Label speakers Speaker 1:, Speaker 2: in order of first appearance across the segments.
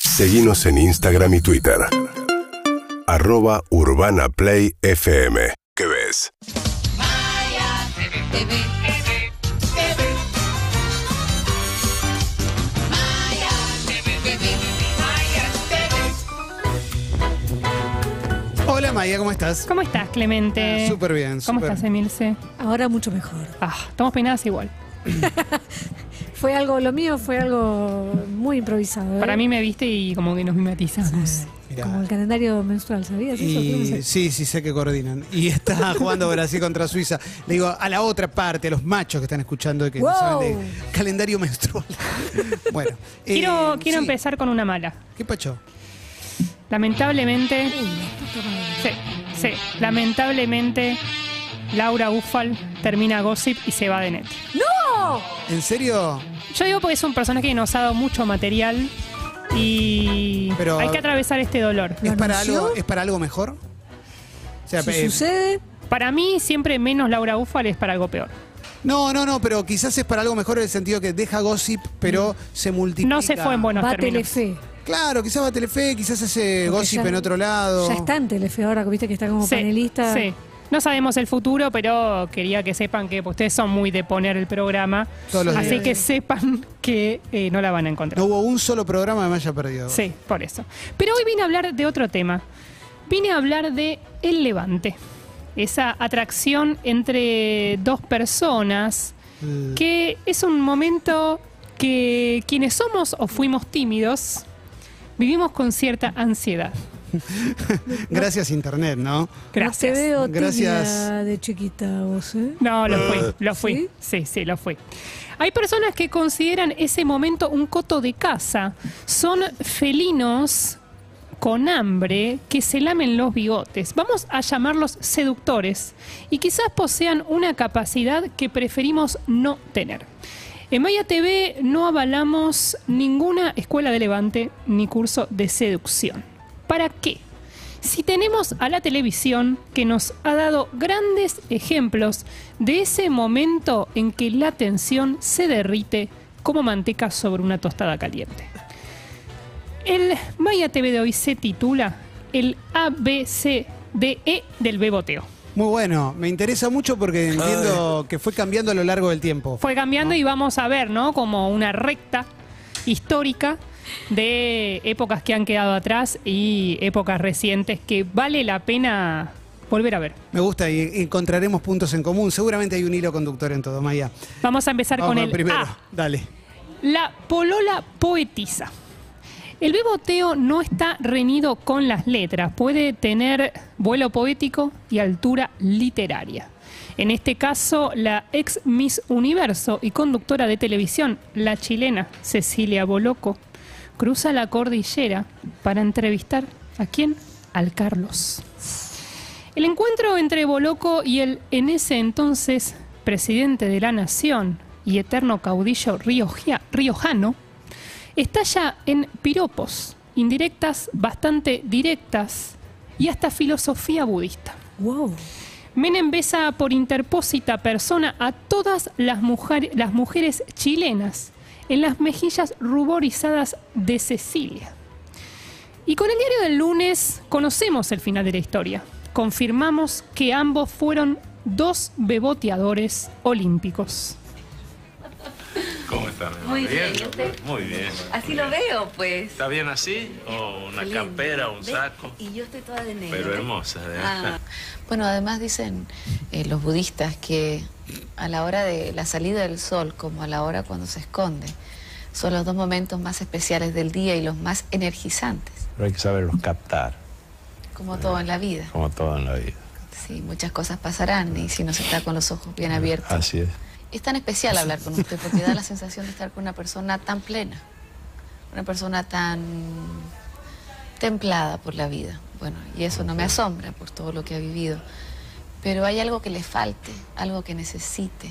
Speaker 1: Seguimos en Instagram y Twitter. Arroba Urbana Play FM. ¿Qué ves?
Speaker 2: Maya TV. Maya TV. Maya TV.
Speaker 3: Hola Maya, ¿cómo estás?
Speaker 4: ¿Cómo estás, Clemente?
Speaker 3: Ah, Súper bien,
Speaker 4: Eh, ¿Cómo
Speaker 3: súper.
Speaker 4: estás, Emilce?
Speaker 5: Ahora mucho mejor.
Speaker 4: Ah, estamos peinadas igual.
Speaker 5: Fue algo, lo mío fue algo muy improvisado. ¿eh?
Speaker 4: Para mí me viste y como que nos mimetizamos.
Speaker 3: Mirá.
Speaker 5: Como el calendario menstrual, ¿sabías eso? Creo que
Speaker 3: Y,
Speaker 5: sí.
Speaker 3: sí, sí, sé que coordinan. Y está jugando Brasil contra Suiza. Le digo a la otra parte, a los machos que están escuchando que no
Speaker 5: Wow.
Speaker 3: saben de calendario menstrual. bueno. eh,
Speaker 4: Quiero, quiero
Speaker 3: sí.
Speaker 4: empezar con una mala.
Speaker 3: ¿Qué pacho?
Speaker 4: Lamentablemente, sí, sí, lamentablemente, Laura Buffal termina Gossip y se va de net.
Speaker 3: ¿En serio?
Speaker 4: Yo digo porque es un personaje que nos ha dado mucho material y
Speaker 3: Pero-
Speaker 4: hay que atravesar este dolor.
Speaker 3: ¿Es
Speaker 5: ¿Lo
Speaker 3: para,
Speaker 5: anunció?
Speaker 3: algo, ¿Es para algo mejor? O sea,
Speaker 5: Si
Speaker 3: eh,
Speaker 5: sucede,
Speaker 4: Para mí, siempre menos Laura Buffal es para algo peor.
Speaker 3: no, no, no, pero quizás es para algo mejor en el sentido que deja gossip, pero se multiplica.
Speaker 4: No se fue en buenos
Speaker 5: va a
Speaker 4: términos.
Speaker 5: Telefe.
Speaker 3: Claro, quizás va a Telefe, quizás hace
Speaker 5: Porque
Speaker 3: Eh, gossip
Speaker 5: ya-
Speaker 3: en otro lado.
Speaker 5: Ya está en Telefe ahora, que viste que está como
Speaker 4: Sí,
Speaker 5: panelista.
Speaker 4: sí. No sabemos el futuro, pero quería que sepan que pues, ustedes son muy de poner el programa.
Speaker 3: Todos los
Speaker 4: Así
Speaker 3: días.
Speaker 4: que sepan que eh, no la van a encontrar.
Speaker 3: No hubo un solo programa que me haya perdido.
Speaker 4: Sí, por eso. Pero hoy vine a hablar de otro tema. Vine a hablar de El Levante. Esa atracción entre dos personas
Speaker 3: Mm.
Speaker 4: que es un momento que quienes somos o fuimos tímidos vivimos con cierta ansiedad.
Speaker 3: Gracias Internet, ¿no?
Speaker 4: Gracias.
Speaker 5: No te veo
Speaker 3: Gracias.
Speaker 5: tímida de chiquita vos, ¿eh?
Speaker 4: No, lo fui, lo fui. ¿Sí? sí, lo fui. Hay personas que consideran ese momento un coto de caza. Son felinos con hambre que se lamen los bigotes. Vamos a llamarlos seductores y quizás posean una capacidad que preferimos no tener. En Maya TV no avalamos ninguna escuela de levante ni curso de seducción. ¿Para qué? Si tenemos a la televisión que nos ha dado grandes ejemplos de ese momento en que la tensión se derrite como manteca sobre una tostada caliente. El Maya TV de hoy se titula El ABCDE E del beboteo.
Speaker 3: Muy bueno, me interesa mucho porque entiendo que fue cambiando a lo largo del tiempo.
Speaker 4: Fue cambiando y vamos a ver, ¿no? Como una recta histórica de épocas que han quedado atrás y épocas recientes que vale la pena volver a ver.
Speaker 3: Me gusta y encontraremos puntos en común. Seguramente hay un hilo conductor en todo, Maya.
Speaker 4: Vamos a empezar
Speaker 3: Vamos
Speaker 4: con Ah.
Speaker 3: al
Speaker 4: el
Speaker 3: primero.
Speaker 4: A,
Speaker 3: Dale.
Speaker 4: la polola poetiza. El beboteo no está reñido con las letras, puede tener vuelo poético y altura literaria. En este caso, la ex Miss Universo y conductora de televisión, la chilena Cecilia Boloco, cruza la cordillera para entrevistar a quién? Al Carlos. El encuentro entre Boloco y el en ese entonces presidente de la nación y eterno caudillo rioja- riojano estalla en piropos, indirectas, bastante directas y hasta filosofía budista.
Speaker 5: Wow.
Speaker 4: Menem besa por interpósita persona a todas las, mujer- las mujeres chilenas en las mejillas ruborizadas de Cecilia. Y con el diario del lunes conocemos el final de la historia. Confirmamos que ambos fueron dos beboteadores olímpicos.
Speaker 6: ¿Cómo están?
Speaker 7: Muy bien, ¿y usted?
Speaker 6: Muy bien.
Speaker 7: Así lo veo, pues.
Speaker 6: ¿Está bien así? ¿O una
Speaker 7: Lindo.
Speaker 6: campera, un
Speaker 7: ¿Ve?
Speaker 6: saco?
Speaker 7: Y yo estoy toda de negro.
Speaker 6: Pero
Speaker 7: ¿Qué?
Speaker 6: hermosa, ¿eh? de
Speaker 7: Ah,
Speaker 6: verdad.
Speaker 8: Bueno, además dicen eh, los budistas que a la hora de la salida del sol como a la hora cuando se esconde son los dos momentos más especiales del día y los más energizantes,
Speaker 6: Pero hay que saberlos captar,
Speaker 8: como todo en la vida.
Speaker 6: como todo en la vida.
Speaker 8: Sí, muchas cosas pasarán y si no se está con los ojos bien abiertos.
Speaker 6: Así es.
Speaker 8: Es tan especial hablar con usted porque da la sensación de estar con una persona tan plena, una persona tan templada por la vida. Bueno, y eso no me asombra por todo lo que ha vivido. Pero hay algo que le falte, algo que necesite.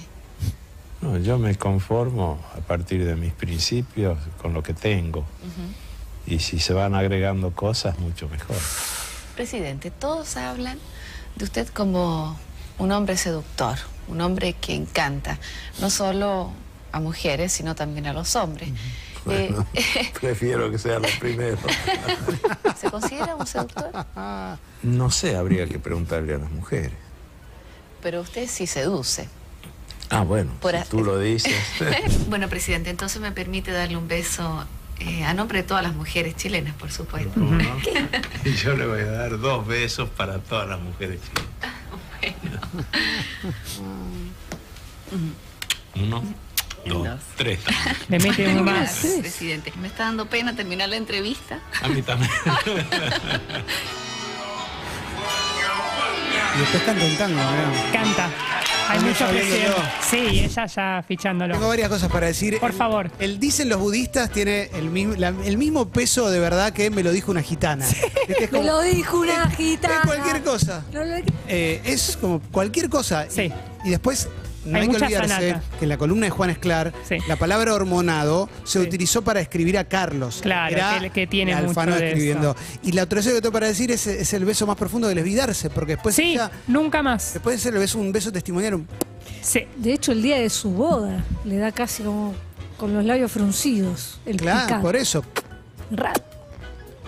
Speaker 6: No, yo me conformo a partir de mis principios con lo que tengo. Y si se van agregando cosas, mucho mejor.
Speaker 8: Presidente, todos hablan de usted como un hombre seductor, un hombre que encanta, no solo a mujeres, sino también a los hombres. Eh,
Speaker 6: Bueno, prefiero que sea lo primero.
Speaker 8: ¿Se considera un seductor?
Speaker 6: No sé, habría que preguntarle a las mujeres.
Speaker 8: Pero usted sí seduce.
Speaker 6: Ah, bueno,
Speaker 8: Por
Speaker 6: si
Speaker 8: a-
Speaker 6: tú lo dices.
Speaker 8: Bueno, presidente, entonces me permite darle un beso eh, a nombre de todas las mujeres chilenas, por supuesto.
Speaker 6: ¿Cómo no? Yo le voy a dar dos besos para todas las mujeres chilenas. Uno, dos,
Speaker 8: Dos.
Speaker 6: tres.
Speaker 4: Le mete un más.
Speaker 8: Gracias, presidente. Me está dando pena terminar la entrevista.
Speaker 6: A mí también.
Speaker 3: Y después canta en tango, mirá.
Speaker 4: Canta. Hay
Speaker 3: Con
Speaker 4: muchos
Speaker 3: ella viéndolo.
Speaker 4: presidentes. Sí, ella ya fichándolo.
Speaker 3: Tengo varias cosas para decir.
Speaker 4: Por favor.
Speaker 3: El, el dicen los budistas tiene el mismo, la- el mismo peso de verdad que me lo dijo una gitana. Este es
Speaker 5: Me
Speaker 3: como-
Speaker 5: lo dijo una
Speaker 3: es
Speaker 5: gitana.
Speaker 3: cualquier cosa.
Speaker 5: No lo-
Speaker 3: Eh, es como cualquier cosa.
Speaker 4: Sí.
Speaker 3: Y, y después no
Speaker 4: Hay
Speaker 3: hay, que
Speaker 4: mucha
Speaker 3: olvidarse
Speaker 4: sanata.
Speaker 3: que en la columna de Juan Esclar
Speaker 4: Sí.
Speaker 3: la palabra hormonado se
Speaker 4: Sí.
Speaker 3: utilizó para escribir a Carlos.
Speaker 4: Claro,
Speaker 3: Era
Speaker 4: que- que tiene
Speaker 3: Alfano
Speaker 4: mucho de
Speaker 3: escribiendo. Y la otra cosa que tengo para decir es, es el beso más profundo del esvidarse, porque después
Speaker 4: Sí,
Speaker 3: ella-
Speaker 4: nunca más.
Speaker 3: después se le beso un beso testimonial. un-
Speaker 4: Sí.
Speaker 5: De hecho, el día de su boda le da casi como con los labios fruncidos. El
Speaker 3: claro,
Speaker 5: picante.
Speaker 3: por e- eso.
Speaker 5: Ra-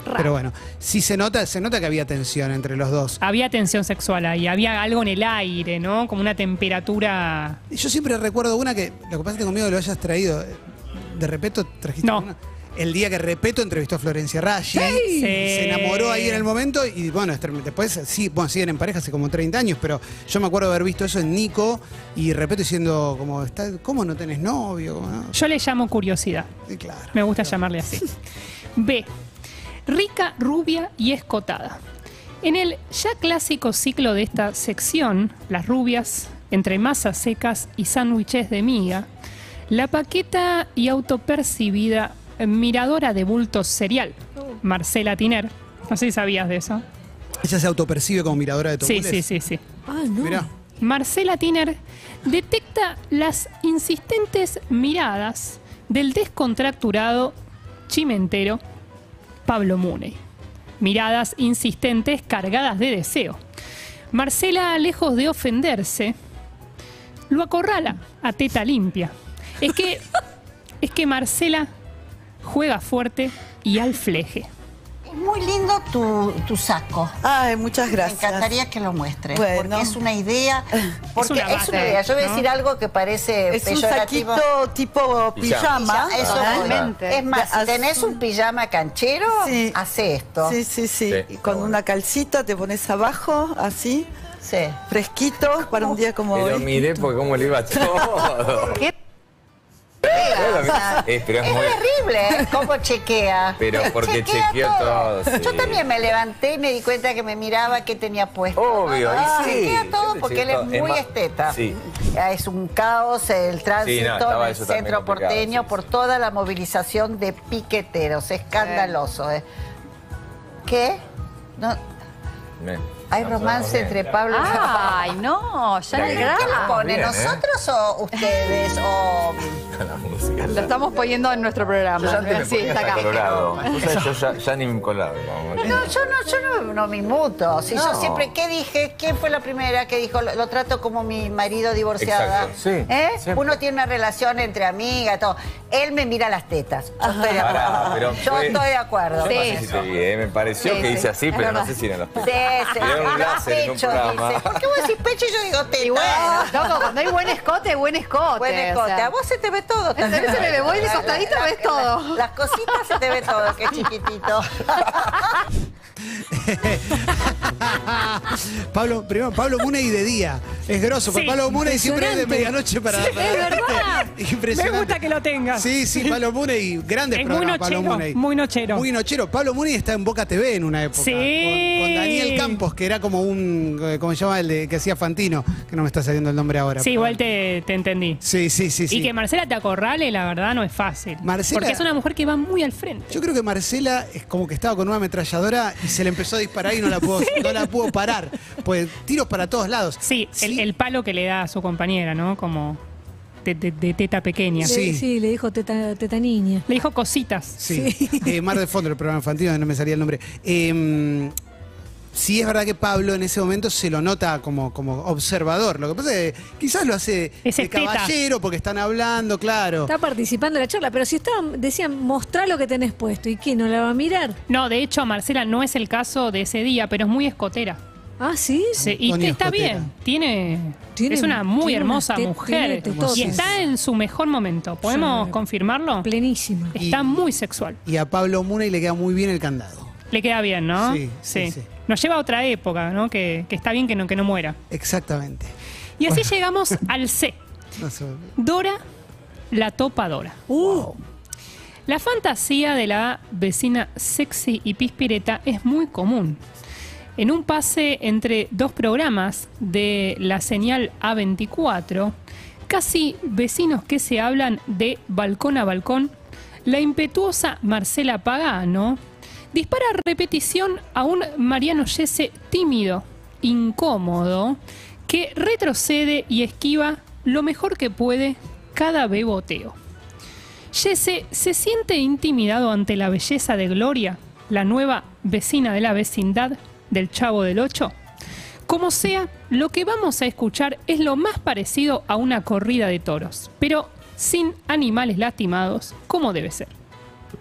Speaker 5: ra-
Speaker 3: Pero bueno, sí se nota, se nota que había tensión entre los dos.
Speaker 4: Había tensión sexual ahí, había algo en el aire, ¿no? Como una temperatura.
Speaker 3: Y Yo siempre recuerdo una que, lo que pasa es que tengo miedo que lo hayas traído. De repeto, trajiste
Speaker 4: No.
Speaker 3: una. El día que Repeto entrevistó a Florencia Raggi,
Speaker 4: Sí.
Speaker 3: se enamoró ahí en el momento y bueno, estre- después sí, bueno, siguen en pareja hace como 30 años, pero yo me acuerdo de haber visto eso en Nico y Repeto diciendo como, está, ¿cómo no tenés novio? ¿Cómo no?
Speaker 4: Yo le llamo curiosidad.
Speaker 3: Sí, claro.
Speaker 4: Me gusta llamarle así. B. Rica, rubia y escotada. En el ya clásico ciclo de esta sección, las rubias, entre masas secas y sándwiches de miga, la paqueta y autopercibida miradora de bultos serial, Marcela Tiner. No sé si sabías de eso.
Speaker 3: Ella se autopercibe como miradora de
Speaker 4: Sí,
Speaker 3: tomates.
Speaker 4: sí, sí, sí.
Speaker 5: Ah, no.
Speaker 3: Mirá,
Speaker 4: Marcela Tiner detecta las insistentes miradas del descontracturado chimentero Pablo Muney. Miradas insistentes cargadas de deseo. Marcela, lejos de ofenderse, lo acorrala a teta limpia. Es que, es que Marcela juega fuerte y al fleje.
Speaker 9: Es muy lindo tu, tu saco.
Speaker 10: Ay, muchas gracias.
Speaker 9: Me encantaría que lo muestres,
Speaker 10: Bueno.
Speaker 9: porque es una idea. eh, Porque
Speaker 4: una
Speaker 9: es una
Speaker 4: base,
Speaker 9: idea. Yo voy a
Speaker 4: ¿no?
Speaker 9: decir algo que parece
Speaker 10: Es un
Speaker 9: peyorativo.
Speaker 10: saquito tipo pijama.
Speaker 9: Ya, eso
Speaker 10: Totalmente.
Speaker 9: voy. Es más, si
Speaker 10: Haz-
Speaker 9: tenés un pijama canchero,
Speaker 10: Sí.
Speaker 9: hace esto.
Speaker 10: Sí,
Speaker 9: Sí.
Speaker 10: sí, sí. Y con una calcita te pones abajo, así, fresquito, para un día como
Speaker 11: Pero
Speaker 10: hoy.
Speaker 11: mire, porque cómo le iba todo.
Speaker 9: ¿Qué? pega? O sea,
Speaker 11: Eh, pero es
Speaker 9: es
Speaker 11: muy-
Speaker 9: terrible ¿eh? cómo chequea.
Speaker 11: Pero porque chequeó todo, sí.
Speaker 9: Yo también me levanté y me di cuenta que me miraba qué tenía puesto.
Speaker 11: Obvio, y
Speaker 9: Ah,
Speaker 11: sí.
Speaker 9: Chequea
Speaker 11: Yo
Speaker 9: todo
Speaker 11: te
Speaker 9: porque él
Speaker 11: chequeo
Speaker 9: es
Speaker 11: todo.
Speaker 9: muy
Speaker 11: Es más-
Speaker 9: esteta.
Speaker 11: sí.
Speaker 9: Ah, Es un caos el tránsito
Speaker 11: estaba
Speaker 9: en el
Speaker 11: eso también
Speaker 9: centro
Speaker 11: complicado,
Speaker 9: porteño
Speaker 11: sí,
Speaker 9: por
Speaker 11: sí.
Speaker 9: toda la movilización de piqueteros. Escandaloso. ¿eh? ¿Qué? No,
Speaker 11: Me-
Speaker 9: hay
Speaker 11: no,
Speaker 9: romance
Speaker 11: bien.
Speaker 9: entre Pablo y
Speaker 7: Ay, no, ya no
Speaker 11: Bien.
Speaker 9: ¿Qué lo pone?
Speaker 11: Bien, ¿eh?
Speaker 9: ¿Nosotros o ustedes? O... mm,
Speaker 11: La música.
Speaker 7: Lo estamos poniendo en nuestro
Speaker 11: Yo ya
Speaker 7: programa.
Speaker 11: antes me
Speaker 7: Sí,
Speaker 11: ponía
Speaker 7: está
Speaker 11: hasta
Speaker 7: acá.
Speaker 11: colorado. Vos sabés, yo ya, ya ni me colaba. vamos.
Speaker 9: No, yo no, yo no, no me inmuto. Si yo
Speaker 11: No.
Speaker 9: siempre, ¿qué dije? ¿Quién fue la primera que dijo? Lo, lo trato como mi marido divorciada.
Speaker 11: Exacto, sí,
Speaker 9: ¿Eh?
Speaker 11: siempre.
Speaker 9: Uno tiene una relación entre amigas, todo. Él me mira las tetas. Yo estoy de acuerdo.
Speaker 11: Pará, pero
Speaker 9: yo
Speaker 11: fue-
Speaker 9: estoy de acuerdo.
Speaker 11: Yo
Speaker 9: con
Speaker 11: no sé si
Speaker 9: eso.
Speaker 11: te vi, eh, me pareció
Speaker 7: Sí,
Speaker 11: que
Speaker 7: sí.
Speaker 11: hice así,
Speaker 7: Es
Speaker 11: pero no
Speaker 7: verdad.
Speaker 11: sé si eran los
Speaker 9: Sí, sí.
Speaker 11: Tiraron un
Speaker 9: Ah,
Speaker 11: láser en un
Speaker 9: pecho,
Speaker 11: programa.
Speaker 9: dice. ¿Por qué vos decís pecho y yo digo teta?
Speaker 7: Loco, cuando hay buen escote, buen escote.
Speaker 9: Buen escote.
Speaker 7: o sea.
Speaker 9: A vos se te ve todo también.
Speaker 7: serio se me ve? Voy de costadito,
Speaker 9: La- la-
Speaker 7: ves todo.
Speaker 9: Las cositas se te ve todo, qué chiquitito.
Speaker 3: Pablo, primero, Pablo Muney de día. Es grosso.
Speaker 4: Sí,
Speaker 3: Pablo Muney siempre es de
Speaker 4: impresionante.
Speaker 3: medianoche para.
Speaker 4: Sí, es verdad.
Speaker 3: Impresionante.
Speaker 4: Me gusta que lo tengas.
Speaker 3: Sí, sí, Pablo Muney, grandes
Speaker 4: Es muy
Speaker 3: programas, Pablo
Speaker 4: nochero,
Speaker 3: Muney.
Speaker 4: muy nochero.
Speaker 3: Muy nochero. Pablo Muney está en Boca TV en una época.
Speaker 4: Sí.
Speaker 3: Con, con Daniel Campos, que era como un, eh, ¿cómo se llama? El de, que hacía Fantino, que no me está saliendo el nombre ahora.
Speaker 4: Sí,
Speaker 3: pero-
Speaker 4: igual te, te entendí.
Speaker 3: Sí, sí, sí. sí.
Speaker 4: Y que Marcela te acorrale, la verdad, no es fácil.
Speaker 3: Marcela-
Speaker 4: Porque es una mujer que va muy al frente.
Speaker 3: Yo creo que Marcela es como que estaba con una ametralladora y se le empezó a disparar y no la pudo, no la pudo parar. Pues tiros para todos lados.
Speaker 4: Sí, El, el palo que le da a su compañera, ¿no? Como de, de- de teta pequeña.
Speaker 5: Le-
Speaker 3: Sí.
Speaker 5: Sí. le dijo teta, teta niña.
Speaker 4: Le dijo cositas.
Speaker 3: Sí. Eh, Mar de Fondo, el programa infantil, no me salía el nombre. Eh, sí es verdad que Pablo en ese momento se lo nota como, como observador. Lo que pasa es que quizás lo hace
Speaker 5: Es
Speaker 3: de
Speaker 5: esteta.
Speaker 3: caballero porque están hablando, claro.
Speaker 5: Está participando de la charla, pero si estaban, decían, mostrá lo que tenés puesto. ¿Y qué? ¿No la va a mirar?
Speaker 4: No, de hecho, Marcela no es el caso de ese día, pero es muy escotera.
Speaker 5: Ah, sí.
Speaker 4: Sí, y
Speaker 5: Antonio
Speaker 4: está
Speaker 5: Escotera.
Speaker 4: bien, tiene,
Speaker 5: Tiene-
Speaker 4: es una muy
Speaker 5: tiene unas
Speaker 4: hermosa
Speaker 5: te- tiene
Speaker 4: mujer
Speaker 5: tetotes.
Speaker 4: y está en su mejor momento. ¿Podemos
Speaker 3: Sí.
Speaker 4: confirmarlo?
Speaker 5: Plenísima.
Speaker 4: Está muy sexual.
Speaker 3: Y a Pablo Muna y le queda muy bien el candado.
Speaker 4: Le queda bien, ¿no?
Speaker 3: Sí, sí, sí.
Speaker 4: Nos lleva a otra época, ¿no? Que, que está bien que no, que no muera.
Speaker 3: Exactamente.
Speaker 4: Y así llegamos al C.
Speaker 3: No sé.
Speaker 4: Dora, la topadora. La fantasía de la vecina sexy y pispireta es muy común. En un pase entre dos programas de la señal A24, casi vecinos que se hablan de balcón a balcón, la impetuosa Marcela Pagano dispara a repetición a un Mariano Yese tímido, incómodo, que retrocede y esquiva lo mejor que puede cada beboteo. Jesse se siente intimidado ante la belleza de Gloria, la nueva vecina de la vecindad del Chavo del Ocho. Como sea, lo que vamos a escuchar es lo más parecido a una corrida de toros, pero sin animales lastimados, como debe ser.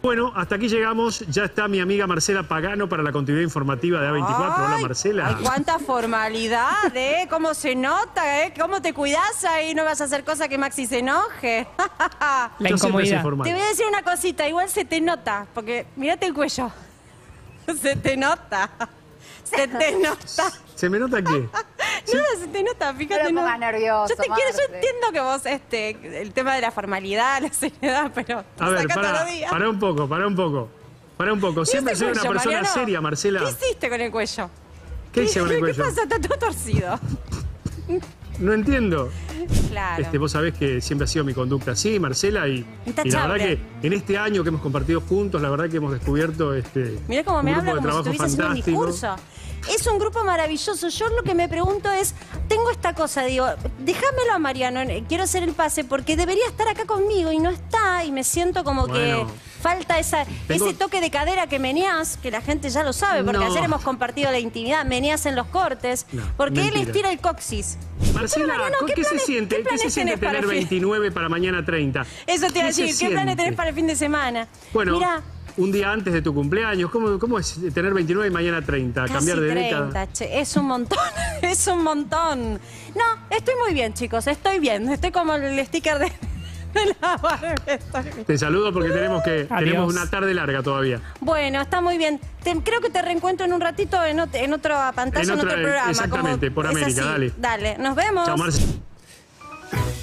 Speaker 12: Bueno, hasta aquí llegamos. Ya está mi amiga Marcela Pagano para la continuidad informativa de A24. Hola,
Speaker 13: Ay,
Speaker 12: Marcela.
Speaker 13: Ay, cuánta formalidad, ¿eh? ¿Cómo se nota, eh? ¿Cómo te cuidás ahí? No vas a hacer cosa que Maxi se enoje.
Speaker 12: La Yo siempre incomodidad. soy formal.
Speaker 13: Te voy a decir una cosita, igual se te nota, porque mirate el cuello. Se te nota. Se te nota.
Speaker 12: ¿Se me nota qué?
Speaker 13: No, no, se te nota, fíjate.
Speaker 7: No lo
Speaker 13: no.
Speaker 7: pongas nervioso,
Speaker 13: Yo te quiero, yo
Speaker 7: Marce.
Speaker 13: entiendo que vos, este, el tema de la formalidad, la seriedad, pero
Speaker 12: A ver,
Speaker 13: saca
Speaker 12: pará,
Speaker 13: todos los días.
Speaker 12: pará un poco, pará un poco. Pará un poco. Siempre soy una
Speaker 13: cuello,
Speaker 12: persona
Speaker 13: Mariano?
Speaker 12: seria, Marcela.
Speaker 13: ¿Qué hiciste con el cuello?
Speaker 12: ¿Qué hice con el
Speaker 13: ¿Qué
Speaker 12: cuello?
Speaker 13: pasa? Está todo torcido.
Speaker 12: No entiendo.
Speaker 13: Claro.
Speaker 12: Este, vos sabés que siempre ha sido mi conducta así, Marcela, y,
Speaker 13: Está
Speaker 12: y la verdad
Speaker 13: chable.
Speaker 12: que en este año que hemos compartido juntos, la verdad que hemos descubierto este,
Speaker 13: Mirá cómo
Speaker 12: un
Speaker 13: me
Speaker 12: grupo
Speaker 13: habla
Speaker 12: de
Speaker 13: como si
Speaker 12: trabajo
Speaker 13: estuviese haciendo un
Speaker 12: fantástico.
Speaker 13: discurso. Es un grupo maravilloso. Yo lo que me pregunto es, tengo esta cosa, digo, déjamelo a Mariano, eh, quiero hacer el pase porque debería estar acá conmigo y no está y me siento como
Speaker 12: Bueno.
Speaker 13: que falta esa,
Speaker 12: Tengo-
Speaker 13: ese toque de cadera que meneás, que la gente ya lo sabe, porque
Speaker 12: No.
Speaker 13: ayer hemos compartido la intimidad, meneás en los cortes,
Speaker 12: No,
Speaker 13: porque él
Speaker 12: mentira.
Speaker 13: estira el coxis.
Speaker 12: Marcela,
Speaker 13: Pero, Mariano,
Speaker 12: ¿con
Speaker 13: ¿qué
Speaker 12: ¿qué, se
Speaker 13: planes-
Speaker 12: siente,
Speaker 13: qué
Speaker 12: qué se
Speaker 13: planes
Speaker 12: siente
Speaker 13: tenés para
Speaker 12: tener
Speaker 13: el fin?
Speaker 12: 29 para mañana 30?
Speaker 13: Eso te iba a
Speaker 12: se
Speaker 13: decir, ¿qué planes tenés
Speaker 12: siente?
Speaker 13: para el fin de semana?
Speaker 12: Bueno,
Speaker 13: Mirá,
Speaker 12: un día antes de tu cumpleaños, ¿cómo, cómo es tener 29 y mañana 30?
Speaker 13: Casi
Speaker 12: cambiar de
Speaker 13: 30,
Speaker 12: década.
Speaker 13: che, es un montón, es un montón. No, estoy muy bien, chicos, estoy bien. Estoy como el sticker de, de la Barbie, estoy bien.
Speaker 12: Te saludo porque tenemos que
Speaker 4: Adiós.
Speaker 12: tenemos una tarde larga todavía.
Speaker 13: Bueno, está muy bien. Te- creo que te reencuentro en un ratito en, ot- en otra pantalla, en,
Speaker 12: En
Speaker 13: otro
Speaker 12: otra, eh,
Speaker 13: programa.
Speaker 12: exactamente,
Speaker 13: como-
Speaker 12: por
Speaker 13: es
Speaker 12: América,
Speaker 13: así.
Speaker 12: dale.
Speaker 13: Dale, nos vemos.
Speaker 12: Chao, Marce.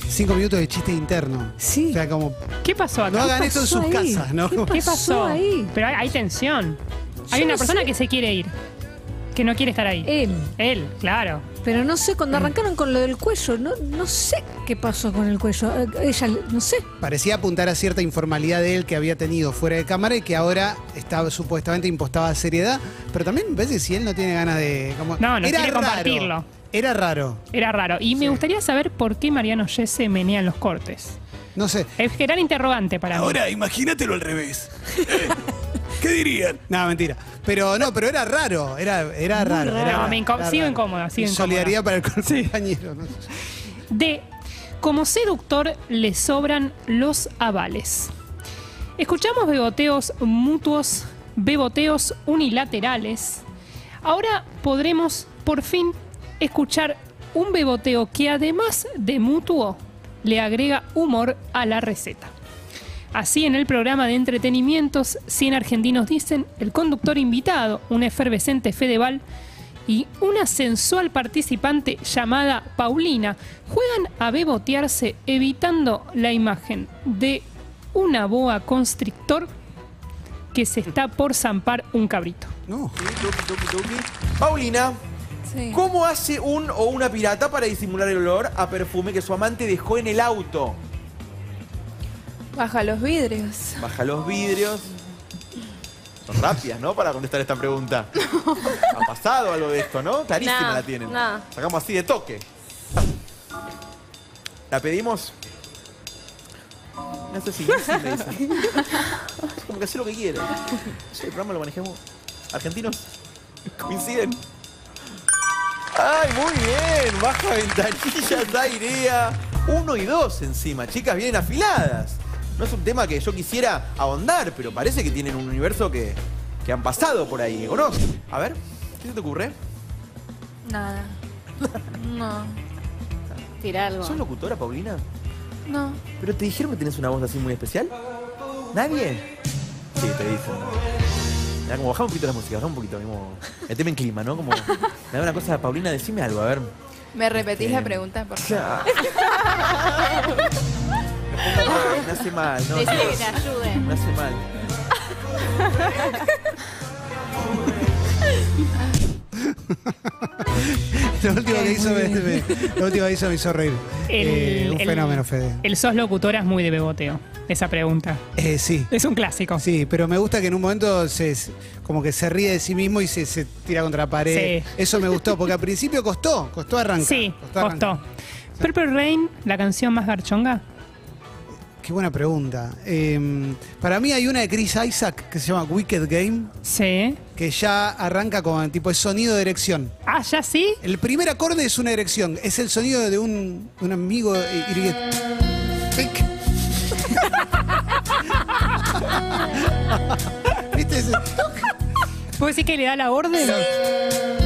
Speaker 3: Cinco minutos de chiste interno. Sí. O sea, como.
Speaker 4: ¿Qué pasó acá?
Speaker 3: No hagan eso en sus casas, ¿no?
Speaker 4: ¿Qué pasó ahí? Pero hay, hay tensión. Hay
Speaker 5: Yo
Speaker 4: una
Speaker 5: no
Speaker 4: persona
Speaker 5: sé. Eh.
Speaker 4: que se quiere ir, que no quiere estar ahí.
Speaker 5: Él.
Speaker 4: Él, claro.
Speaker 5: Em, Pero no sé, cuando arrancaron con lo del cuello, no, no sé qué pasó con el cuello. Eh, Ella, no sé.
Speaker 3: Parecía apuntar a cierta informalidad de él que había tenido fuera de cámara y que ahora estaba supuestamente impostaba seriedad. Pero también me parece que si él no tiene ganas de. Como,
Speaker 4: No, no
Speaker 3: Era
Speaker 4: quiere
Speaker 3: raro.
Speaker 4: compartirlo.
Speaker 3: Era raro.
Speaker 4: Era raro. Y me gustaría saber por qué Mariano Yese menea en los cortes.
Speaker 3: No sé.
Speaker 4: Es gran interrogante para mí.
Speaker 3: imagínatelo al revés. ¿Qué dirían? No, mentira. Pero no, pero era raro. Era, era
Speaker 4: Muy
Speaker 3: raro.
Speaker 4: raro.
Speaker 3: era
Speaker 4: No,
Speaker 3: raro,
Speaker 4: me inco-
Speaker 3: era
Speaker 4: sigo
Speaker 3: raro.
Speaker 4: incómoda, sigo
Speaker 3: Y
Speaker 4: incómoda.
Speaker 3: Solidaridad para el compañero. ¿no?
Speaker 4: D. Como seductor le sobran los avales. Escuchamos beboteos mutuos, beboteos unilaterales. Ahora podremos por fin escuchar un beboteo que además de mutuo le agrega humor a la receta. Así en el programa de entretenimientos 100 argentinos dicen, el conductor invitado, un efervescente Fedeval y una sensual participante llamada Paulina juegan a bebotearse evitando la imagen de una boa constrictor que se está por zampar un cabrito.
Speaker 14: Paulina, ¿cómo hace un o una pirata para disimular el olor a perfume que su amante dejó en el auto?
Speaker 15: Baja los vidrios.
Speaker 14: Baja los vidrios. Son rápidas, ¿no? Para contestar esta pregunta. Ha pasado algo de esto, ¿no? Clarísima
Speaker 13: No,
Speaker 14: la tienen.
Speaker 13: no.
Speaker 14: Sacamos así de toque. ¿La pedimos? No sé si sí me dicen. Como que hace lo que quiere. Sí, El programa lo manejamos. Argentinos coinciden. Ay, muy bien. Baja ventanilla, Zairea. Uno y dos encima. Chicas, vienen afiladas. No es un tema que yo quisiera ahondar, pero parece que tienen un universo que, que han pasado por ahí, ¿o no? A ver, ¿qué se te ocurre?
Speaker 15: Nada. No.
Speaker 14: Tira algo. ¿Sos locutora, Paulina?
Speaker 15: No.
Speaker 14: ¿Pero te dijeron que tenés una voz así muy especial? ¿Nadie? Sí, te dicen. Mirá, como bajamos un poquito la música, bajamos un poquito. Como, el tema en clima, ¿no? Como, me da una cosa, Paulina, decime algo, a ver.
Speaker 15: ¿Me repetís
Speaker 14: Bien.
Speaker 15: la pregunta, por
Speaker 14: Claro.
Speaker 15: favor?
Speaker 14: Me hace mal, ¿no?
Speaker 15: Decile que te ayude.
Speaker 14: Me hace mal.
Speaker 3: Lo último que hizo me, me- lo último que hizo me hizo reír.
Speaker 4: El-
Speaker 3: Eh, un
Speaker 4: el-
Speaker 3: fenómeno, Fede.
Speaker 4: El sos locutora es muy de beboteo, esa pregunta.
Speaker 3: Eh, sí.
Speaker 4: Es un clásico.
Speaker 3: Sí, pero me gusta que en un momento se, se- como que se ríe de sí mismo y se, se tira contra la pared.
Speaker 4: Sí.
Speaker 3: Eso me gustó, porque al principio costó, costó arrancar.
Speaker 4: Sí,
Speaker 3: arrancar.
Speaker 4: costó. Purple Rain, la canción más garchonga.
Speaker 3: Qué buena pregunta. Eh, para mí hay una de Chris Isaac que se llama Wicked Game.
Speaker 4: Sí.
Speaker 3: Que ya arranca con tipo es sonido de erección.
Speaker 4: Ah, ya sí.
Speaker 3: El primer acorde es una erección. Es el sonido de un, un amigo. eh, y- y- tic. ¿Viste ese?
Speaker 4: ¿Puedo decir que le da la orden?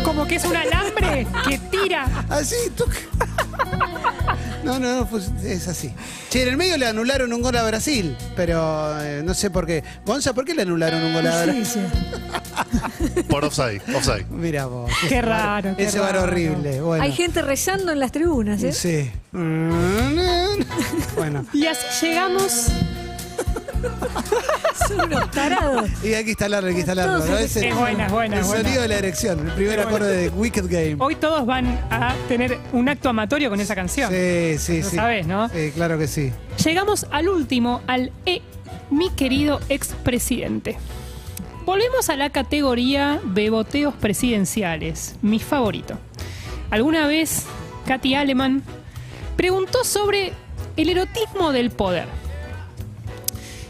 Speaker 4: Como que es un alambre que tira.
Speaker 3: Así, tú. Ah, No, no, no, pues, es así. Che, en el medio le anularon un gol a Brasil, pero eh, no sé por qué. Gonza, ¿por qué le anularon un gol a Brasil?
Speaker 16: Por offside, offside.
Speaker 3: Mira vos.
Speaker 5: Qué raro, qué
Speaker 3: Ese bar
Speaker 5: raro.
Speaker 3: horrible. Bueno.
Speaker 5: Hay gente rezando en las tribunas, ¿eh?
Speaker 3: Sí. Bueno.
Speaker 4: Y así llegamos.
Speaker 5: Son unos tarados.
Speaker 3: Y hay que instalarlo, hay que instalarlo.
Speaker 4: Todos
Speaker 3: ¿no?
Speaker 4: es- es buena, es buena,
Speaker 3: El
Speaker 4: es buena.
Speaker 3: sonido de la erección, el primer
Speaker 4: Es buena.
Speaker 3: acorde de Wicked Game.
Speaker 4: Hoy todos van a tener un acto amatorio con esa canción.
Speaker 3: Sí, sí,
Speaker 4: Lo
Speaker 3: sí.
Speaker 4: sabés, ¿no?
Speaker 3: Sí, claro que sí.
Speaker 4: Llegamos al último, al E, mi querido expresidente. Volvemos a la categoría beboteos presidenciales, mi favorito. Alguna vez, Katy Aleman preguntó sobre el erotismo del poder.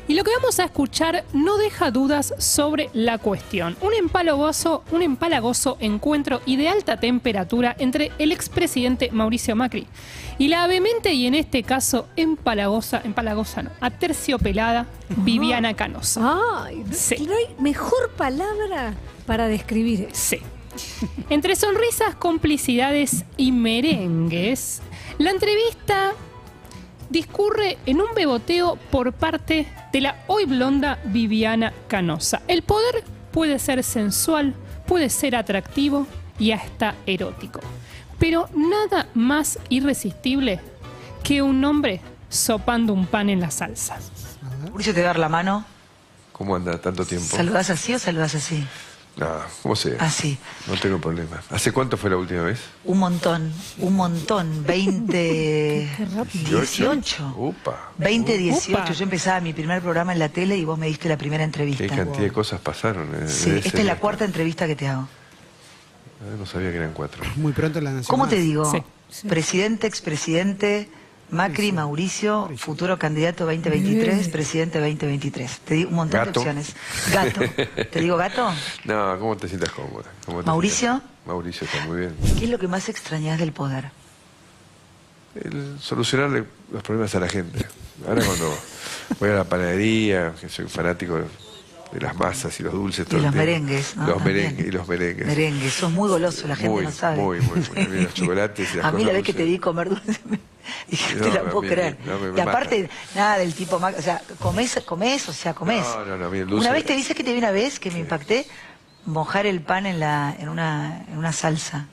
Speaker 4: Y lo que vamos a escuchar no deja dudas sobre la cuestión. Un empalagoso, un empalagoso encuentro y de alta temperatura entre el expresidente Mauricio Macri y la vehemente y en este caso empalagosa, empalagosa no, aterciopelada Viviana Canosa.
Speaker 5: Ay, no hay mejor palabra para describir eso.
Speaker 4: Sí. Entre sonrisas, complicidades y merengues, la entrevista discurre en un beboteo por parte de la hoy blonda Viviana Canosa. El poder puede ser sensual, puede ser atractivo y hasta erótico. Pero nada más irresistible que un hombre sopando un pan en la salsa.
Speaker 17: Mauricio te va a dar la mano.
Speaker 11: ¿Cómo anda tanto tiempo?
Speaker 17: ¿Saludás así o saludás así?
Speaker 11: Nada, como sea.
Speaker 17: Así.
Speaker 11: No tengo problema. ¿Hace cuánto fue la última vez?
Speaker 17: Un montón, un montón. 20. 18.
Speaker 11: Upa.
Speaker 17: 20, 18.
Speaker 11: Upa.
Speaker 17: Yo empezaba mi primer programa en la tele y vos me diste la primera
Speaker 11: Qué
Speaker 17: entrevista.
Speaker 11: cantidad de cosas pasaron. eh,
Speaker 17: Sí,
Speaker 11: debe
Speaker 17: esta
Speaker 11: ser-
Speaker 17: es la cuarta entrevista que te hago.
Speaker 11: Ah, No sabía que eran cuatro.
Speaker 3: Muy pronto en la nación.
Speaker 17: ¿Cómo te digo? Presidente, expresidente, Macri, Mauricio, futuro candidato 2023,
Speaker 11: Sí.
Speaker 17: presidente 2023. Te digo un montón de
Speaker 11: Gato.
Speaker 17: opciones. Gato. ¿Te digo gato?
Speaker 11: No, ¿cómo te sientas cómoda? ¿Cómo te
Speaker 17: Mauricio.
Speaker 11: sientas? Mauricio está muy bien.
Speaker 17: ¿Qué es lo que más extrañas del poder?
Speaker 11: El solucionarle los problemas a la gente. Ahora cuando voy a la panadería, que soy fanático de, de las masas y los dulces. todo el
Speaker 17: los
Speaker 11: tiempo.
Speaker 17: merengues, ¿no?
Speaker 11: Los
Speaker 17: También.
Speaker 11: merengues, y los merengues.
Speaker 17: Merengue, sos muy goloso, la gente
Speaker 11: muy,
Speaker 17: no sabe.
Speaker 11: Muy, muy, muy. A mí los chocolates y las
Speaker 17: A mí
Speaker 11: cosas
Speaker 17: la vez que te
Speaker 11: dulces.
Speaker 17: vi comer dulce, me- dije,
Speaker 11: No,
Speaker 17: te la
Speaker 11: a
Speaker 17: puedo
Speaker 11: mí me-
Speaker 17: creer.
Speaker 11: no, me- me
Speaker 17: y aparte, nada del tipo, Mac- o sea, comés, comés, o sea, comés.
Speaker 11: No, no, no, a mí el dulce.
Speaker 17: Una vez te dice que te vi una vez que me impacté mojar el pan en, la, en, una, en una salsa.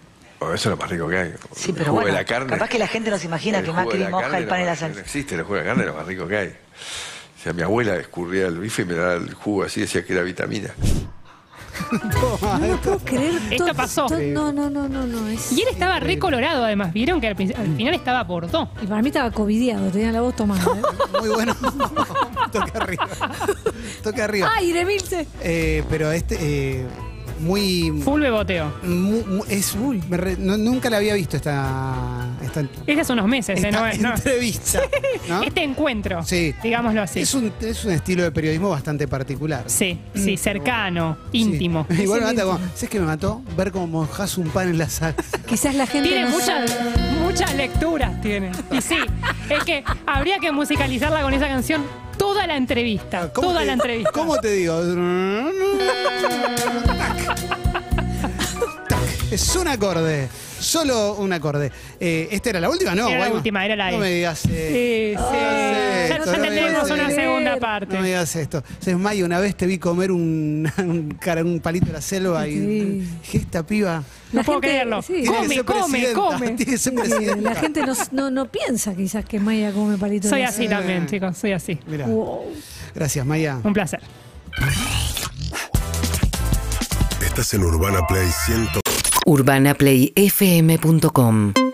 Speaker 11: Oh, eso es lo más rico que hay.
Speaker 17: Sí,
Speaker 11: El
Speaker 17: pero
Speaker 11: jugo
Speaker 17: bueno,
Speaker 11: de la carne.
Speaker 17: capaz que la gente no se imagina
Speaker 11: El
Speaker 17: que
Speaker 11: jugo de
Speaker 17: Macri
Speaker 11: la
Speaker 17: moja
Speaker 11: carne
Speaker 17: el pan
Speaker 11: no-
Speaker 17: en la salsa.
Speaker 11: No existe, el jugo de la carne es lo más rico que hay. O sea, mi abuela escurría el bife y me daba el jugo así, decía que era vitamina.
Speaker 5: No lo puedo creer.
Speaker 4: Esto
Speaker 5: todo-
Speaker 4: pasó.
Speaker 5: todo- No, no, no, no, no. es-
Speaker 4: Y él estaba recolorado además, vieron que al, prin- al final estaba bordeaux.
Speaker 5: Y para mí estaba covidiado, tenía la voz tomada. ¿eh?
Speaker 3: Muy bueno. Toca arriba. Toca arriba.
Speaker 5: ¡Ay, Iremilce!
Speaker 3: Eh, pero este. eh, muy.
Speaker 4: Full beboteo.
Speaker 3: es, uy, me re- no- nunca la había visto esta. esta
Speaker 4: Es hace unos meses, ¿eh?
Speaker 3: Esta
Speaker 4: No es- no.
Speaker 3: entrevista, ¿no?
Speaker 4: Este encuentro,
Speaker 3: sí.
Speaker 4: digámoslo así.
Speaker 3: Es un, Mm. es un estilo de periodismo bastante particular.
Speaker 4: Sí, sí, cercano, íntimo.
Speaker 3: Igual me
Speaker 4: Es
Speaker 3: mata
Speaker 4: íntimo.
Speaker 3: como, ¿sabes qué me mató? Ver cómo mojás un pan en la salsa.
Speaker 5: Quizás la gente.
Speaker 4: Tiene
Speaker 5: no
Speaker 4: muchas,
Speaker 5: sabe.
Speaker 4: muchas lecturas, tiene. Y sí, es que habría que musicalizarla con esa canción toda la entrevista.
Speaker 3: Ah, ¿Cómo
Speaker 4: Toda
Speaker 3: te-
Speaker 4: la entrevista.
Speaker 3: ¿Cómo te digo? Tac. Tac. Es un acorde. Solo un acorde. Eh, ¿Esta era la última? No,
Speaker 4: Era la
Speaker 3: Guayma.
Speaker 4: última, era la
Speaker 3: No
Speaker 4: E.
Speaker 3: me digas. eh,
Speaker 4: Sí,
Speaker 3: Ah,
Speaker 4: sí. Ya- ya tendremos una segunda parte.
Speaker 3: No me digas esto. Es Maya, una vez te vi comer un, un, cara- un palito de la selva y dije, esta piba.
Speaker 4: No
Speaker 5: La
Speaker 4: puedo
Speaker 5: gente-
Speaker 4: creerlo.
Speaker 5: sí.
Speaker 3: Tiene que
Speaker 4: Come,
Speaker 3: ser
Speaker 4: come,
Speaker 3: presidenta.
Speaker 4: come.
Speaker 3: Tiene que ser
Speaker 5: Eh,
Speaker 3: presidenta.
Speaker 5: La gente no, no, no piensa quizás que Maya come palito. de
Speaker 4: Soy
Speaker 5: la
Speaker 4: así
Speaker 5: selva.
Speaker 4: también, chicos, soy así.
Speaker 3: Mirá.
Speaker 5: Wow.
Speaker 3: Gracias, Maya.
Speaker 4: Un placer.
Speaker 1: Estás en Urbana Play 100.
Speaker 18: UrbanaPlayFM.com